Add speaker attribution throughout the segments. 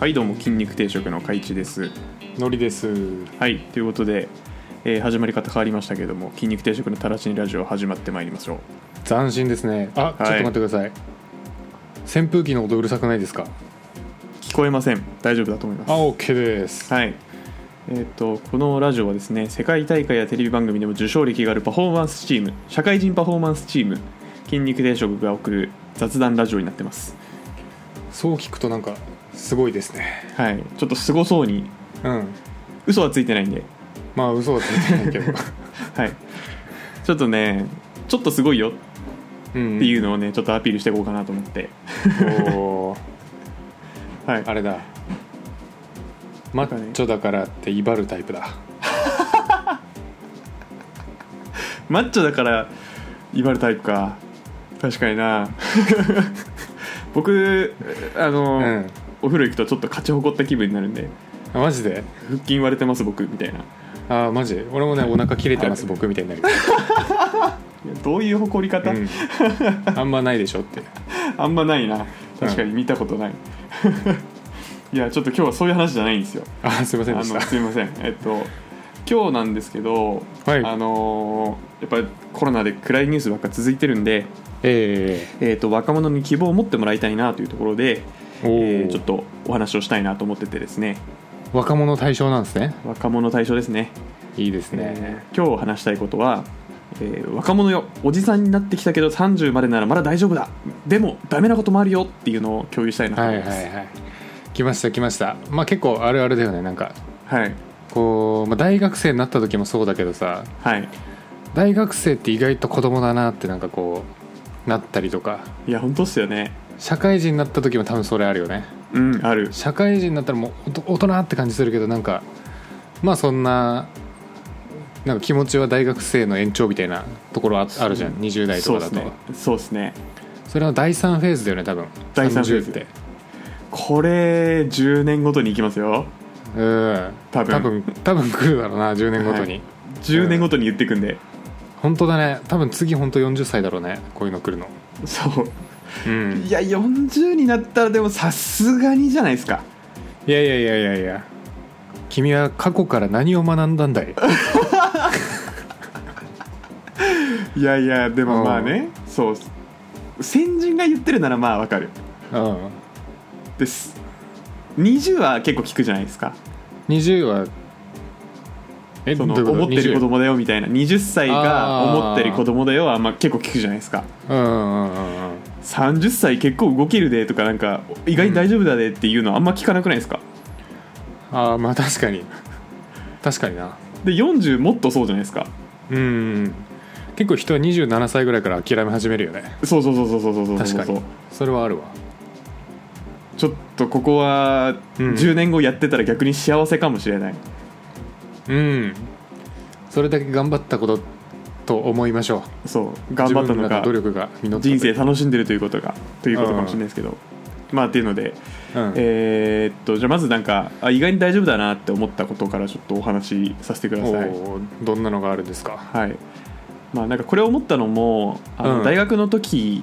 Speaker 1: はいどうも筋肉定食の海地です
Speaker 2: のりです
Speaker 1: はいということで、えー始まり方変わりましたけれども筋肉定食のたらちにラジオ始まってまいりましょ
Speaker 2: 斬新ですね
Speaker 1: は
Speaker 2: あ、
Speaker 1: い
Speaker 2: ちょっと待ってください扇風機の音うるさくないですか
Speaker 1: う聞こえません大丈夫だと思います
Speaker 2: あ OK です、
Speaker 1: はいえー、とこのラジオはですね世界大会やテレビ番組でも受賞歴があるパフォーマンスチーム社会人パフォーマンスチーム筋肉定食が送る雑談ラジオになってます
Speaker 2: そう聞くとなんかすごいですね
Speaker 1: はいちょっとすごそうに
Speaker 2: うん
Speaker 1: 嘘はついてないんで
Speaker 2: まあ嘘はついてない けど
Speaker 1: はいちょっとねちょっとすごいよ
Speaker 2: うん
Speaker 1: っていうのをねちょっとアピールしていこうかなと思って
Speaker 2: おー
Speaker 1: はい
Speaker 2: あれだマッチョだからって威張るタイプだ
Speaker 1: マッチョだから威張るタイプか確かにな 僕あの、
Speaker 2: うん
Speaker 1: お風呂行くとちょっと勝ち誇った気分になるんで
Speaker 2: あマジで
Speaker 1: 腹筋割れてます僕みたいな
Speaker 2: あマジ俺もねお腹切れてます僕みたいになる、
Speaker 1: いやどういう誇り方、
Speaker 2: うん、あんまないでしょって
Speaker 1: あんまないな確かに見たことない、 いやちょっと今日はそういう話じゃないんですよ
Speaker 2: あすいません
Speaker 1: あ
Speaker 2: でし
Speaker 1: のすいませんえっと今日なんですけど、
Speaker 2: たはい
Speaker 1: あのやっぱりコロナで暗いニュースばっか続いてるんで、
Speaker 2: え
Speaker 1: えっと若者に希望を持ってもらいたいなというところで、
Speaker 2: ー、おー
Speaker 1: えーちょっとお話をしたいなと思っててですね
Speaker 2: 若者対象なんですね
Speaker 1: 若者対象ですね、
Speaker 2: いいですね
Speaker 1: えー今日話したいことは、えー若者よおじさんになってきたけど30までならまだ大丈夫だでもダメなこともあるよっていうのを共有したいなと
Speaker 2: は
Speaker 1: 思い
Speaker 2: い
Speaker 1: ま
Speaker 2: は
Speaker 1: す
Speaker 2: いはい来ました来ましたまあ結構あるあるだよねなんか
Speaker 1: はい
Speaker 2: こう、まあ、大学生になった時もそうだけどさ
Speaker 1: はい
Speaker 2: 大学生って意外と子供だなってなんかこうなったりとか
Speaker 1: いや本当っすよね
Speaker 2: 社会人になった時も多分それあるよね
Speaker 1: うんある
Speaker 2: 社会人になったらもうおと大人って感じするけどなんかまあそんななんか気持ちは大学生の延長みたいなところああるじゃん20代と
Speaker 1: そう
Speaker 2: か
Speaker 1: です
Speaker 2: だとそ,、
Speaker 1: ねそうですね
Speaker 2: れは第3フェーズだよね多分
Speaker 1: 第三フェーズ
Speaker 2: 30って
Speaker 1: これ10年ごとにいきますよ
Speaker 2: うん
Speaker 1: 多分
Speaker 2: 多分多分来るだろうな10年ごとに、
Speaker 1: はい10年ごとに言ってくんで、
Speaker 2: 本当だね多分次本当40歳だろうねこういうの来るの
Speaker 1: そう
Speaker 2: うん
Speaker 1: いや40になったらでもさすがにじゃないですか
Speaker 2: いやいやいやいやいや君は過去から何を学んだんだい
Speaker 1: いやいやでもまあね、そう先人が言ってるならまあわかる
Speaker 2: うん
Speaker 1: です20は結構聞くじゃないですか
Speaker 2: 20はえ
Speaker 1: その
Speaker 2: どういうこと
Speaker 1: 思ってる子供だよみたいな20歳が
Speaker 2: あー
Speaker 1: 思ってる子供だよはまあ結構聞くじゃないですか
Speaker 2: 20うんうんうんうん
Speaker 1: 30歳結構動けるでとかなんか意外に大丈夫だでっていうのはあんま聞かなくないですか、
Speaker 2: ああまあ確かに確かにな
Speaker 1: で40もっとそうじゃないですか
Speaker 2: うん結構人は27歳ぐらいから諦め始めるよね
Speaker 1: そうそうそうそうそうそうそう
Speaker 2: 確かにそれはあるわ
Speaker 1: ちょっとここは
Speaker 2: うん
Speaker 1: 10年後やってたら逆に幸せかもしれない、
Speaker 2: うんそれだけ頑張ったことと思いましょ
Speaker 1: そう
Speaker 2: う
Speaker 1: 頑張ったの
Speaker 2: 自分ら
Speaker 1: か
Speaker 2: 努力が実ったとい
Speaker 1: 人
Speaker 2: う
Speaker 1: 生楽しんでるということがということかもしれないですけど、まあっていうので、
Speaker 2: うん
Speaker 1: えーっとじゃあまずなんかあ意外に大丈夫だなって思ったことからちょっとお話しさせてください
Speaker 2: おーどんなのがあるんですか
Speaker 1: はいまあなんかこれ思ったのもあの、
Speaker 2: うん
Speaker 1: 大学の時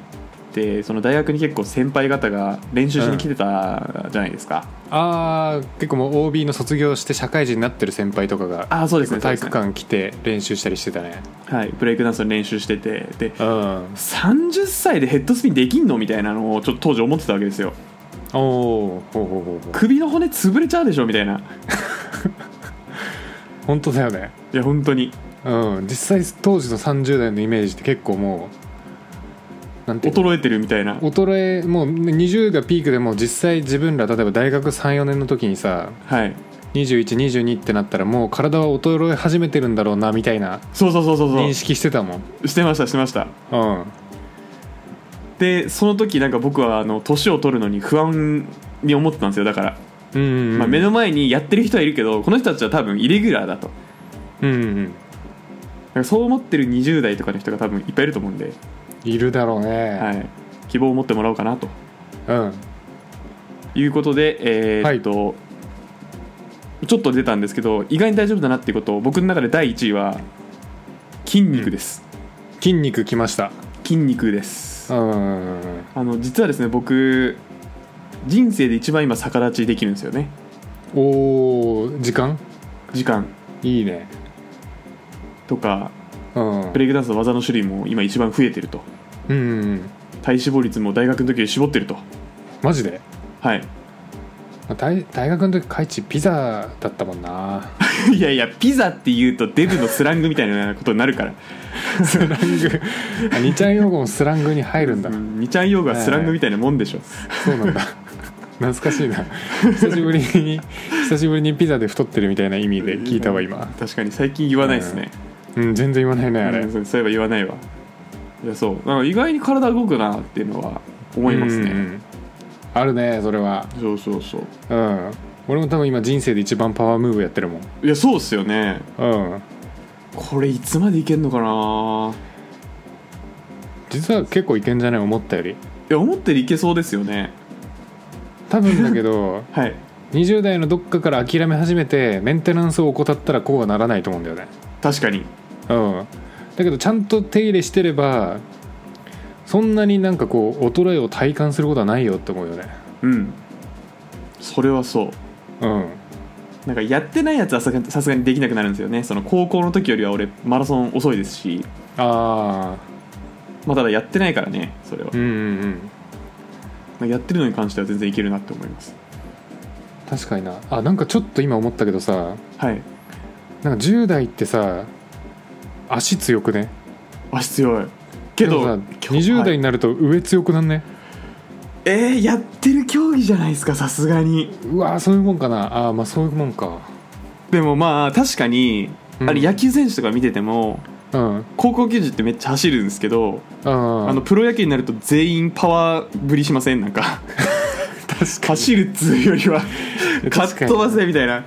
Speaker 1: ってその大学に結構先輩方が練習しに来てたじゃないですか、
Speaker 2: あー結構もう OB の卒業して社会人になってる先輩とかが
Speaker 1: ああそうですね
Speaker 2: 体育
Speaker 1: そう
Speaker 2: 館来て練習したりしてたね
Speaker 1: ですねはいブレイクダンスの練習しててで
Speaker 2: うん
Speaker 1: 30歳でヘッドスピンできんのみたいなのをちょっと当時思ってたわけですよ
Speaker 2: おおほうほうほうほう
Speaker 1: 首の骨潰れちゃうでしょみたいな
Speaker 2: 本当だよね
Speaker 1: いや本当に
Speaker 2: うん実際当時の30代のイメージって結構もうなんていうの
Speaker 1: 衰えてるみたいな
Speaker 2: 衰えもう20がピークでもう実際自分ら例えば大学34年の時にさ
Speaker 1: はい
Speaker 2: 2122ってなったらもう体は衰え始めてるんだろうなみたいな
Speaker 1: そうそうそうそうそう
Speaker 2: 認識してたもん
Speaker 1: してましたしてました
Speaker 2: うん
Speaker 1: でその時なんか僕はあの年を取るのに不安に思ってたんですよだから、
Speaker 2: うんうんうん
Speaker 1: まあ、目の前にやってる人はいるけどこの人たちは多分イレギュラーだとだ
Speaker 2: うんうんうん
Speaker 1: からそう思ってる20代とかの人が多分いっぱいいると思うんで、
Speaker 2: いるだろうね、
Speaker 1: はい、希望を持ってもらおうかなと
Speaker 2: うん
Speaker 1: いうことでえーっと、ちょっと出たんですけど意外に大丈夫だなっていうことを僕の中で第1位は筋肉です、
Speaker 2: 筋肉きました
Speaker 1: 筋肉です
Speaker 2: うんうんうん
Speaker 1: あの実はですね僕人生で一番今逆立ちできるんですよね
Speaker 2: おー時間
Speaker 1: 時間
Speaker 2: いいね
Speaker 1: とか
Speaker 2: うん
Speaker 1: ブレイクダンスの技の種類も今一番増えてると
Speaker 2: うんうん
Speaker 1: 体脂肪率も大学の時より絞ってると
Speaker 2: マジで
Speaker 1: はい
Speaker 2: 大大学の時カイチピザだったもん な
Speaker 1: いやいやピザって言うとデブのスラングみたいなことになるから
Speaker 2: スラングあ二ちゃん用語もスラングに入るんだ
Speaker 1: うん二ちゃん用語はスラングみたいなもんでしょ、
Speaker 2: そうなんだ懐かしいな久しぶりに久しぶりにピザで太ってるみたいな意味で聞いたわ今
Speaker 1: 確かに最近言わないですね、
Speaker 2: うん全然言わないねあれ
Speaker 1: うんそうそういえば言わないわいやそうなんか意外に体動くなっていうのは思います
Speaker 2: うんう
Speaker 1: ね
Speaker 2: んあるねそれは
Speaker 1: そうそうそう
Speaker 2: うん俺も多分今人生で一番パワームーブやってるもん
Speaker 1: いやそうっすよね
Speaker 2: うん
Speaker 1: これいつまでいけんのかな
Speaker 2: 実は結構いけんじゃない思ったより
Speaker 1: いや思ったよりいけそうですよね
Speaker 2: 多分だけど
Speaker 1: はい
Speaker 2: 20代のどっかから諦め始めてメンテナンスを怠ったらこうはならないと思うんだよね
Speaker 1: 確かに
Speaker 2: うんだけどちゃんと手入れしてればそんなになんかこう衰えを体感することはないよって思うよね
Speaker 1: うんそれはそう
Speaker 2: うん
Speaker 1: なんかやってないやつはさすがさすがにできなくなるんですよねその高校の時よりは俺マラソン遅いですし、
Speaker 2: ああ
Speaker 1: まあ、ただやってないからねそれは
Speaker 2: う、んうんうん
Speaker 1: まあやってるのに関しては全然いけるなって思います
Speaker 2: 確かになあなんかちょっと今思ったけどさ
Speaker 1: はい
Speaker 2: なんか10代ってさ足強くね
Speaker 1: 足強いけど
Speaker 2: でもさ
Speaker 1: 今日
Speaker 2: 20代になると上強くなんね、
Speaker 1: えー、やってる競技じゃないですかさすがに
Speaker 2: うわーそういうもんかなあーまあそういうもんか
Speaker 1: でもまあ確かに、
Speaker 2: うん
Speaker 1: あれ野球選手とか見てても
Speaker 2: うんあ
Speaker 1: 高校球児ってめっちゃ走るんですけど、
Speaker 2: ー
Speaker 1: あのプロ野球になると全員パワーぶりしませんなんか走るっつうより はかっ
Speaker 2: 確かに
Speaker 1: 飛ばせみたいな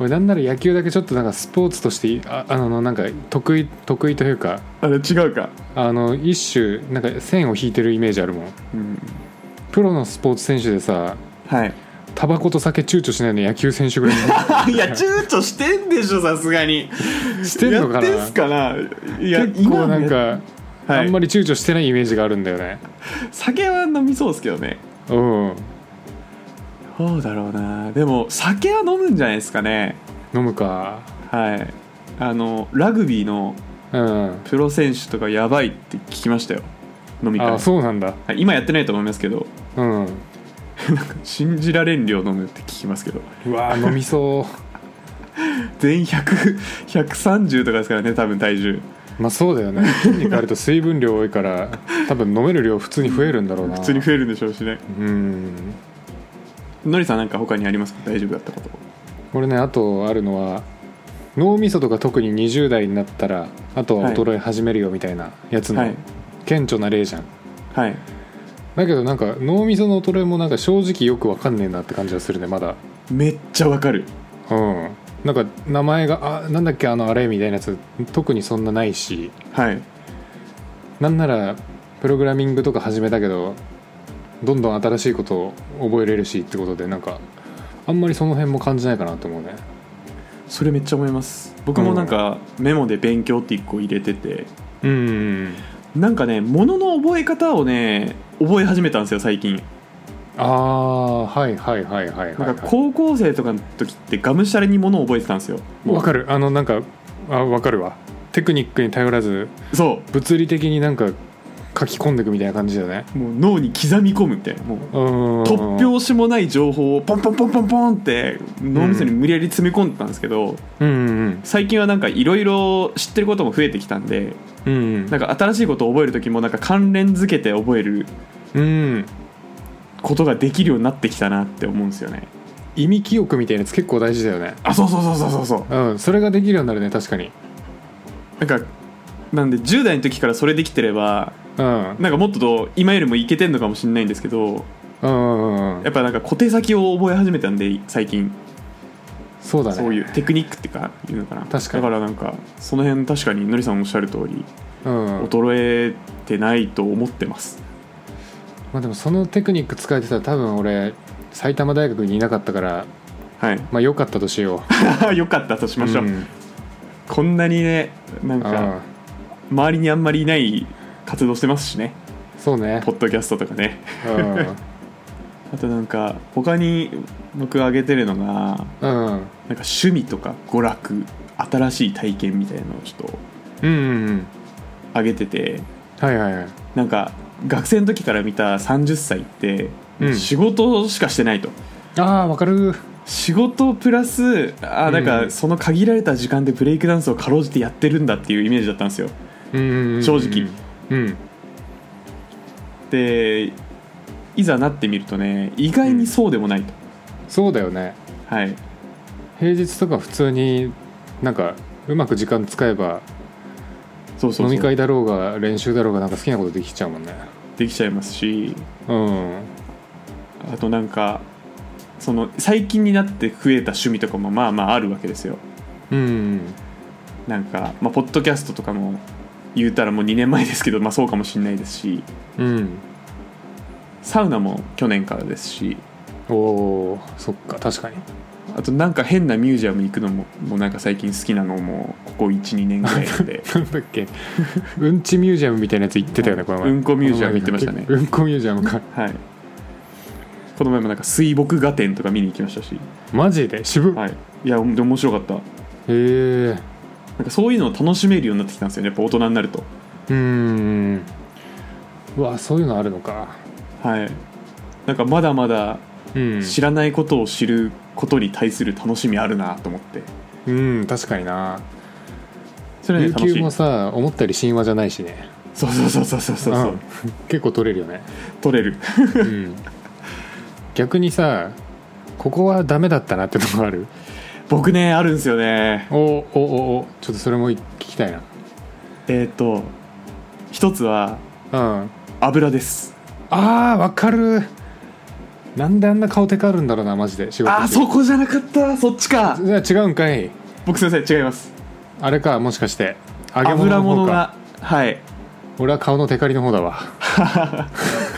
Speaker 2: 俺なんなら野球だけちょっとなんかスポーツとしてああのなんか得意得意というか
Speaker 1: あれ違うか、
Speaker 2: あの一種なんか線を引いてるイメージあるもん
Speaker 1: うん、
Speaker 2: プロのスポーツ選手でさ
Speaker 1: はい
Speaker 2: タバコと酒躊躇しないの野球選手ぐら い
Speaker 1: い や躊躇してんでしょさすがに
Speaker 2: してんのかな
Speaker 1: やってんすかないや
Speaker 2: 結構
Speaker 1: 今
Speaker 2: なん
Speaker 1: ね
Speaker 2: か、
Speaker 1: はい
Speaker 2: あんまり躊躇してないイメージがあるんだよね
Speaker 1: 酒は飲みそうですけどね
Speaker 2: うん
Speaker 1: そうだろうなでも酒は飲むんじゃないですかね
Speaker 2: 飲むか
Speaker 1: はいあのラグビーの
Speaker 2: うん
Speaker 1: プロ選手とかやばいって聞きましたよ飲み会
Speaker 2: あそうなんだ
Speaker 1: はい今やってないと思いますけど
Speaker 2: うん
Speaker 1: 信じられん量飲むって聞きますけど
Speaker 2: うわー飲みそ
Speaker 1: 全員100 130とかですからね多分体重
Speaker 2: う まあそうだよね筋肉あると水分量多いから多分飲める量普通に増えるんだろうな
Speaker 1: 普通に増えるんでしょうしね
Speaker 2: うん
Speaker 1: のりさんなんか他にありますか大丈夫だったこと
Speaker 2: 俺ねあとあるのは脳みそとか特に20代になったらあとは衰え始めるよみたいなやつの
Speaker 1: はい
Speaker 2: 顕著な例じゃん、
Speaker 1: はい
Speaker 2: だけどなんか脳みその衰えもなんか正直よくわかんねえなって感じはするねまだ
Speaker 1: めっちゃわかる
Speaker 2: うんなんか名前があなんだっけあのあれみたいなやつ特にそんなないし
Speaker 1: はい
Speaker 2: なんならプログラミングとか始めたけどどんどん新しいことを覚えれるしってことでなんかあんまりその辺も感じないかなと思うね
Speaker 1: それめっちゃ思います僕もなんかメモで勉強って一個入れてて
Speaker 2: うん
Speaker 1: なんかね物の覚え方をね覚え始めたんですよ最近
Speaker 2: ああはいはいはいはいはい、
Speaker 1: な
Speaker 2: は
Speaker 1: んか
Speaker 2: い
Speaker 1: 高校生とかの時ってがむしゃらに物を覚えてたんですよもう
Speaker 2: わかるあのなんかあわかるわテクニックに頼らず
Speaker 1: そ
Speaker 2: 物理的になんか書き込んでいくみたいな感じだよね
Speaker 1: うもう脳に刻み込むみたいなもう
Speaker 2: うん
Speaker 1: 突拍子もない情報をポンポンポンポンポンって脳みそに無理やり詰め込んでたんですけど、
Speaker 2: うんうん
Speaker 1: 最近はなんかいろいろ知ってることも増えてきたんで
Speaker 2: うんうん
Speaker 1: なんか新しいことを覚える時もなんか関連づけて覚える
Speaker 2: うん
Speaker 1: ことができるようになってきたなって思うんですよね
Speaker 2: 意味記憶みたいなやつ結構大事だよね
Speaker 1: あそうそうそうそうそうそう
Speaker 2: うんそれができるようになるね確かに
Speaker 1: なんかなんで10代の時からそれできてれば
Speaker 2: うん
Speaker 1: なんかもっと今よりもいけてんのかもしれないんですけど
Speaker 2: うんうんう
Speaker 1: や
Speaker 2: ん
Speaker 1: っぱなんか小手先を覚え始めたんで最近
Speaker 2: そうだね
Speaker 1: そういうテクニックっていうかいうのかな
Speaker 2: 確かに
Speaker 1: だからなんかその辺確かにのりさんおっしゃる通り
Speaker 2: うんま
Speaker 1: 衰えてないと思ってます
Speaker 2: あ、でもそのテクニック使えてたら多分俺埼玉大学にいなかったから
Speaker 1: はい
Speaker 2: まあ良かったとし よ
Speaker 1: よかったとし
Speaker 2: う
Speaker 1: ましょう、
Speaker 2: ん
Speaker 1: こんなにねなん
Speaker 2: うん
Speaker 1: か周りにあんまりい ない活動してますしね
Speaker 2: そうね
Speaker 1: ポッドキャストとかね
Speaker 2: うん
Speaker 1: あとなんか他に僕挙げてるのが
Speaker 2: うんうん
Speaker 1: なんか趣味とか娯楽新しい体験みたいなのをちょっと
Speaker 2: うんうん
Speaker 1: 挙げてて
Speaker 2: はいはいはい
Speaker 1: なんか学生の時から見た30歳って
Speaker 2: うん
Speaker 1: 仕事しかしてないと、
Speaker 2: ああわかる
Speaker 1: 仕事プラスあーなん
Speaker 2: う
Speaker 1: か
Speaker 2: ん
Speaker 1: その限られた時間でブレイクダンスをかろうじてやってるんだっていうイメージだったんですよ
Speaker 2: うんうんうん
Speaker 1: 正直
Speaker 2: うん
Speaker 1: でいざなってみるとね意外にそうでもないと、
Speaker 2: そうだよね
Speaker 1: はい
Speaker 2: 平日とか普通になんかうまく時間使えば
Speaker 1: そうそうそう
Speaker 2: 飲み会だろうが練習だろうがなんか好きなことできちゃうもんね
Speaker 1: できちゃいますし
Speaker 2: うん
Speaker 1: あとなんかその最近になって増えた趣味とかもまあまああるわけですよ
Speaker 2: うん
Speaker 1: なんか、まあ、ポッドキャストとかも言うたらもう2年前ですけど、まあ、そうかもしれないですし
Speaker 2: うん
Speaker 1: サウナも去年からですし
Speaker 2: おおーそっか確かに
Speaker 1: あとなんか変なミュージアム行くのももうなんか最近好きなのもここ12年ぐらいで
Speaker 2: なんだっけうんちミュージアムみたいなやつ行ってたよねこの前
Speaker 1: うんこミュージアム行ってましたね
Speaker 2: この前うんこミュージアムか
Speaker 1: はいこの前もなんか水墨画展とか見に行きましたし、
Speaker 2: マジで渋っ、
Speaker 1: はい、いやでも面白かった
Speaker 2: へえ
Speaker 1: なんかそういうのを楽しめるようになってきたんですよねやっぱ大人になると
Speaker 2: うんうわそういうのあるのか
Speaker 1: はいなんかまだまだ
Speaker 2: うん
Speaker 1: 知らないことを知ることに対する楽しみあるなと思って
Speaker 2: うん確かにな
Speaker 1: それはね
Speaker 2: 有
Speaker 1: 楽しい
Speaker 2: 給もさ思ったより神話じゃないしね
Speaker 1: そうそうそうそうそうそうそう、
Speaker 2: ん結構取れるよね
Speaker 1: 取れる
Speaker 2: うん逆にさここはダメだったなってとこある
Speaker 1: 僕ねあるんですよね
Speaker 2: おおおおちょっとそれも聞きたい
Speaker 1: えっ、と一つは
Speaker 2: なうん
Speaker 1: 油です
Speaker 2: あーわかるなんであんな顔テカるんだろうなマジで仕事中
Speaker 1: あーそこじゃなかったそっちか
Speaker 2: いや違うんかい
Speaker 1: 僕すいません違います
Speaker 2: あれかもしかして揚げ物
Speaker 1: 油
Speaker 2: の方
Speaker 1: 物
Speaker 2: か
Speaker 1: がはい
Speaker 2: 俺は顔のテカリの方だわ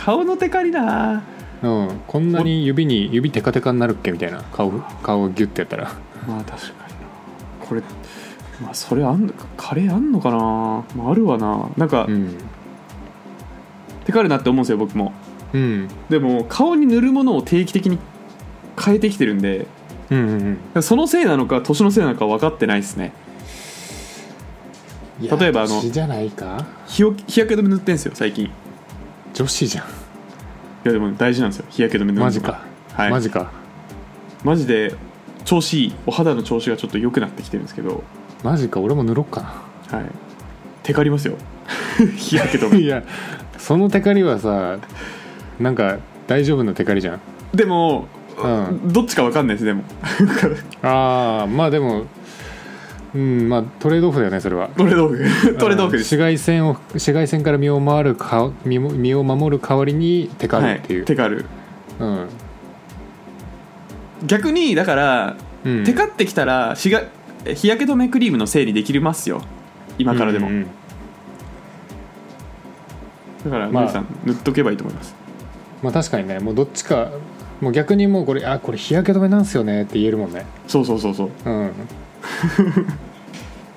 Speaker 1: 顔のテカリな
Speaker 2: うんこんなに指に指テカテカになるっけみたいな顔顔をギュッてやったら
Speaker 1: まあ確かになこれまあそれあんのカレーあんのかな、まあ、あるわななんか、
Speaker 2: うん
Speaker 1: テカるなって思うんですよ僕も
Speaker 2: うん
Speaker 1: でも顔に塗るものを定期的に変えてきてるんで
Speaker 2: うんうんうん
Speaker 1: そのせいなのか年のせいなのか分かってないですね
Speaker 2: いや
Speaker 1: 例えばあの
Speaker 2: 女子じゃないか
Speaker 1: 日よ日焼け止め塗ってんすよ最近い
Speaker 2: 女子じゃん
Speaker 1: やでも大事なんですよ日焼け止め塗るのが
Speaker 2: マジか、
Speaker 1: はい
Speaker 2: マジか
Speaker 1: マジで調子いいお肌の調子がちょっと良くなってきてるんですけど
Speaker 2: マジか俺も塗ろっか
Speaker 1: はいテカりますよ 日焼け止
Speaker 2: な
Speaker 1: め
Speaker 2: いやそのテカリはさなんか大丈夫なテカリじゃん
Speaker 1: でも、
Speaker 2: うん
Speaker 1: どっちか分かんないですでも
Speaker 2: ああまあでもうんまあトレードオフだよねそれは
Speaker 1: トレードオフトレードオフです、
Speaker 2: 紫外線を紫外線から身を回るか身も身を守る代わりにテカ
Speaker 1: は
Speaker 2: る
Speaker 1: い
Speaker 2: っていう、
Speaker 1: テカる
Speaker 2: うん
Speaker 1: 逆にだから、
Speaker 2: うん
Speaker 1: テカってきたら日が日焼け止めクリームのせいにできますよ今からでも、
Speaker 2: うんうん
Speaker 1: だから
Speaker 2: まあ
Speaker 1: 森さん、塗っとけばいいと思います
Speaker 2: まあ確かにねもうどっちかもう逆にもうこれあこれ日焼け止めなんすよねって言えるもんね
Speaker 1: そうそうそうそう
Speaker 2: うん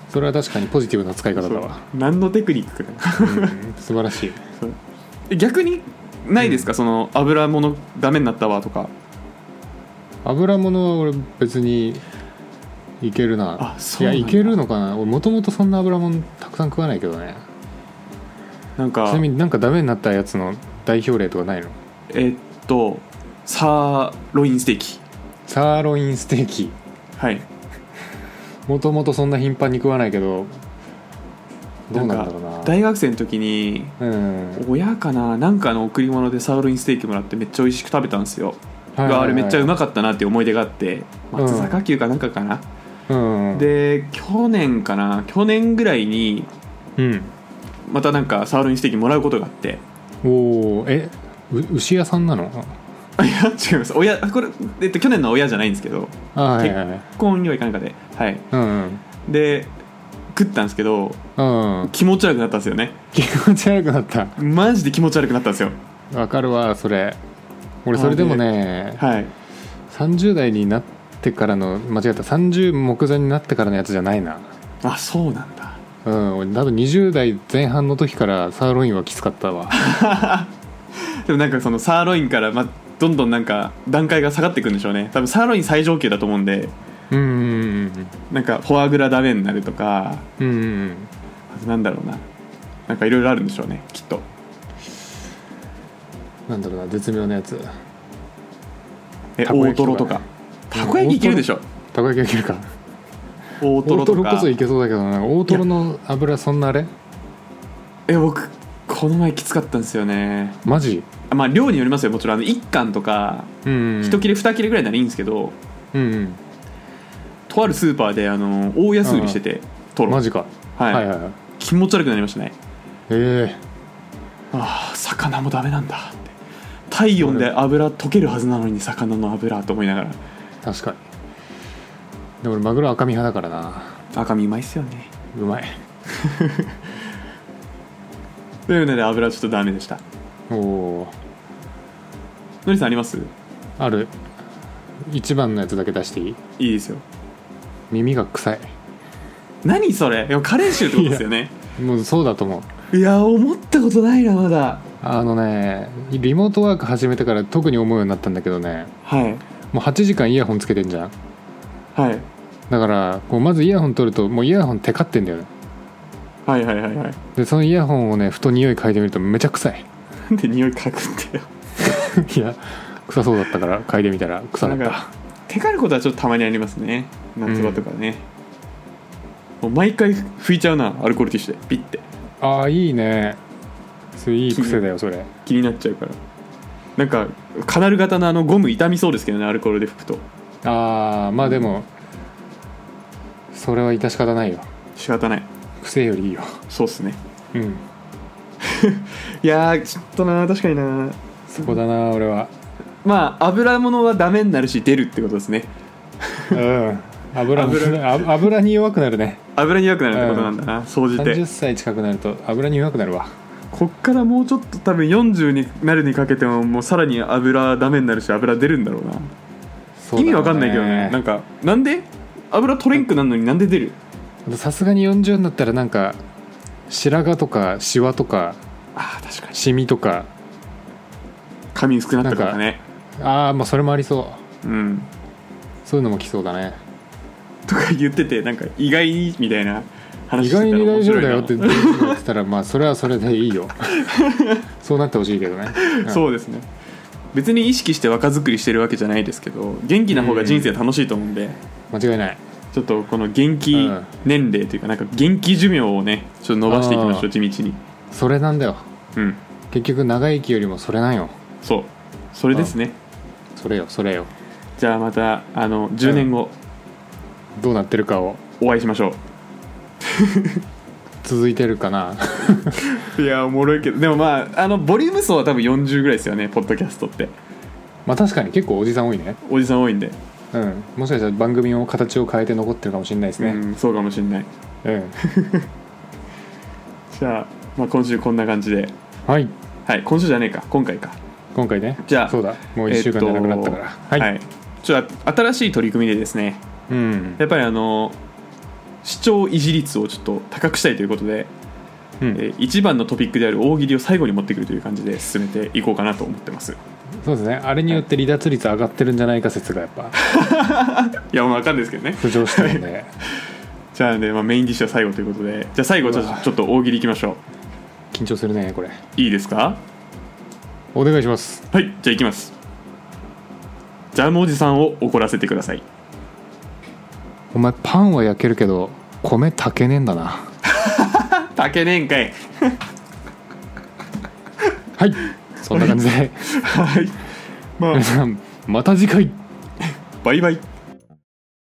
Speaker 2: それは確かにポジティブな使い方だわ、
Speaker 1: そう何のテクニック かな
Speaker 2: うん、素晴らしい
Speaker 1: そうえ逆にないですか、その油物ダメになったわとか
Speaker 2: 油物は俺別にいけるな
Speaker 1: あそうなんだ
Speaker 2: いやいけるのかな俺もともとそんな油物たくさん食わないけどね
Speaker 1: なん
Speaker 2: ち
Speaker 1: か
Speaker 2: なみになんかダメになったやつの代表例とかないの
Speaker 1: えっとサーロインステーキ
Speaker 2: サーロインステーキ
Speaker 1: はい
Speaker 2: もともとそんな頻繁に食わないけどどうなんだろうな
Speaker 1: か大学生の時に
Speaker 2: うん
Speaker 1: 親かななんかの贈り物でサーロインステーキもらってめっちゃ美味しく食べたんですよ、
Speaker 2: はいはいはいう
Speaker 1: わあれめっちゃうまかったなっていう思い出があって
Speaker 2: うん
Speaker 1: 松坂球かなんかかな、
Speaker 2: うん
Speaker 1: で去年かな去年ぐらいに
Speaker 2: うん
Speaker 1: またなんかサーロインステーキもらうことがあって
Speaker 2: おおえう牛屋さんなの
Speaker 1: あいや違います親これ、えっと、去年の親じゃないんですけど
Speaker 2: あはいはいはい
Speaker 1: 結婚にはいかなんかではい
Speaker 2: うん
Speaker 1: で食ったんですけど
Speaker 2: うん、うん、
Speaker 1: 気持ち悪くなったんですよね
Speaker 2: 気持ち悪くなった
Speaker 1: マジで気持ち悪くなったんですよ
Speaker 2: わかるわそれ俺それでもね
Speaker 1: はい
Speaker 2: 30代になってからの間違えた30目前になってからのやつじゃないな
Speaker 1: あそうなんだ
Speaker 2: うん俺多分20代前半の時からサーロインはきつかったわ
Speaker 1: でもなんかそのサーロインから、ま、どんどんなんか段階が下がっていくんでしょうね多分サーロイン最上級だと思うんで
Speaker 2: うんうん
Speaker 1: なんかフォアグラダメになるとか
Speaker 2: うんうんうん
Speaker 1: あとなんだろうななんかいろいろあるんでしょうねきっと
Speaker 2: なんだろうな絶妙なやつ
Speaker 1: え
Speaker 2: たこ
Speaker 1: 大
Speaker 2: 焼
Speaker 1: ト
Speaker 2: きとか
Speaker 1: ロとかたこ焼きいけるでしょ
Speaker 2: たこ焼きがいけるか
Speaker 1: 大ト
Speaker 2: 大
Speaker 1: ロ
Speaker 2: ト
Speaker 1: と
Speaker 2: ロこ
Speaker 1: か
Speaker 2: そいけそうだけどな大トロの油そんなあれ
Speaker 1: え僕この前きつかったんですよね
Speaker 2: マジ
Speaker 1: あまあ量によりますよもちろんあの1貫とか
Speaker 2: うんうん
Speaker 1: 1切れ2切れぐらいならいいんですけど、
Speaker 2: うん
Speaker 1: とあるスーパーであの大安売りしててト
Speaker 2: うん
Speaker 1: ロ
Speaker 2: マジか
Speaker 1: はい
Speaker 2: はいはいはい
Speaker 1: 気持ち悪くなりましたね
Speaker 2: え
Speaker 1: ああ魚もダメなんだって体温で油溶けるはずなのに魚の油と思いながら
Speaker 2: え確かにでも俺マグロ赤身派だからな
Speaker 1: 赤身うまいっすよね
Speaker 2: うまい
Speaker 1: というので油はちょっとダメでした
Speaker 2: おおー
Speaker 1: のりさんあります
Speaker 2: ある一番のやつだけ出していい
Speaker 1: いいですよ
Speaker 2: 耳が臭い
Speaker 1: 何それでもカレー臭ってことですよね
Speaker 2: もうそうだと思う
Speaker 1: いや思ったことないなまだ
Speaker 2: あのねリモートワーク始めてから特に思うようになったんだけどね
Speaker 1: はい
Speaker 2: もう8時間イヤホンつけてんじゃん
Speaker 1: はい
Speaker 2: だからこうまずイヤホン取るともうイヤホンテカってんだよね
Speaker 1: はいはいはいはい
Speaker 2: でそのイヤホンをねふと匂い嗅いでみるとめちゃ臭い
Speaker 1: なんで匂い 嗅ぐんだよ
Speaker 2: いや臭そうだったから嗅いでみたら臭かっ
Speaker 1: なん
Speaker 2: た
Speaker 1: かテカることはちょっとたまにありますね夏場とかね、もう毎回拭いちゃうなアルコールティッシュでピッて
Speaker 2: ああいいねそれいい癖だよそれ
Speaker 1: 気になっちゃうからなんかカナル型のあのゴム痛みそうですけどねアルコールで拭くと
Speaker 2: ああまあでもそれは致し方ないよ
Speaker 1: 仕方ない
Speaker 2: 癖よりいいよ
Speaker 1: そうっすね
Speaker 2: うん
Speaker 1: いやーちょっとな確かにな
Speaker 2: そこだな俺は
Speaker 1: まあ油物はダメになるし出るってことですね
Speaker 2: うん油も
Speaker 1: 油
Speaker 2: あ油に弱くなるね
Speaker 1: 油に弱くなるってことなんだな総じ
Speaker 2: 30
Speaker 1: て
Speaker 2: 歳近くなると油に弱くなるわ
Speaker 1: こっからもうちょっと多分40になるにかけてももうさらに油ダメになるし油出るんだろうな
Speaker 2: そう
Speaker 1: 意
Speaker 2: だろ
Speaker 1: 味わ
Speaker 2: うね
Speaker 1: かんないけどねなんかなんで油取れんくなるのになんで出る
Speaker 2: さすがに40になったらなんか白髪とかシワとか
Speaker 1: ああ確かに
Speaker 2: シミとか
Speaker 1: 髪薄くなったからね
Speaker 2: ああまあそれもありそう
Speaker 1: うん
Speaker 2: そういうのも来そうだね
Speaker 1: とか言っててなんか意外にみたいな話
Speaker 2: 意
Speaker 1: してたら
Speaker 2: 外に大丈夫だよ
Speaker 1: 面
Speaker 2: っ
Speaker 1: 白い
Speaker 2: て
Speaker 1: な
Speaker 2: 言ってたらまあそれはそれで いいよそうなってほしいけどね、う
Speaker 1: そうですね別に意識して若作りしてるわけじゃないですけど元気な方が人生楽しいと思うんで、
Speaker 2: ん間違いない
Speaker 1: ちょっとこの元気
Speaker 2: うん
Speaker 1: 年齢というかなんか元気寿命をねちょっと伸ばしていきましょ
Speaker 2: あ
Speaker 1: う地道に
Speaker 2: それなんだよ
Speaker 1: うん
Speaker 2: 結局長生きよりもそれなんよ
Speaker 1: そうそれですね
Speaker 2: それよそれよ
Speaker 1: じゃあまたあの10年後
Speaker 2: どうなってるかを
Speaker 1: お会いしましょ
Speaker 2: 続いてるかな
Speaker 1: ういやおもろいけどでもまああのボリューム層は多分40ぐらいですよねポッドキャストって
Speaker 2: まあ確かに結構おじさん多いね
Speaker 1: おじさん多いんで、
Speaker 2: うんもしかしたら番組を形を変えて残ってるかもしれないです
Speaker 1: う
Speaker 2: ね
Speaker 1: んそうかもしれない
Speaker 2: うん、
Speaker 1: じゃあ,、まあ今週こんな感じで
Speaker 2: はい
Speaker 1: はい今週じゃねえか今回か
Speaker 2: 今回ね
Speaker 1: じゃあ
Speaker 2: そうだもう1週間じゃなくなったから、
Speaker 1: えっと
Speaker 2: はい、
Speaker 1: はい、ちょっと新しい取り組みでですね
Speaker 2: うん
Speaker 1: やっぱりあの視聴維持率をちょっと高くしたいということで、
Speaker 2: う
Speaker 1: え
Speaker 2: ん、
Speaker 1: ー一番のトピックである大喜利を最後に持ってくるという感じで進めていこうかなと思ってます
Speaker 2: そうですねあれによって離脱率上がってるんじゃないか説がやっぱ
Speaker 1: いやまあわかんないですけどね
Speaker 2: 浮上してるんで
Speaker 1: じゃあね、まあ、メインディッシュは最後ということでじゃあ最後ちょっ
Speaker 2: うわ
Speaker 1: とちょっと大喜利いきましょ
Speaker 2: 緊張するねこれ
Speaker 1: ういいですか
Speaker 2: お願いします
Speaker 1: はいじゃあいきますジャムおじさんを怒らせてください
Speaker 2: お前パンは焼けるけど米炊けねえんだな
Speaker 1: 竹けねんかい
Speaker 2: はいそんな感じで
Speaker 1: はいまあ
Speaker 2: 皆さんまた次回
Speaker 1: バイバイ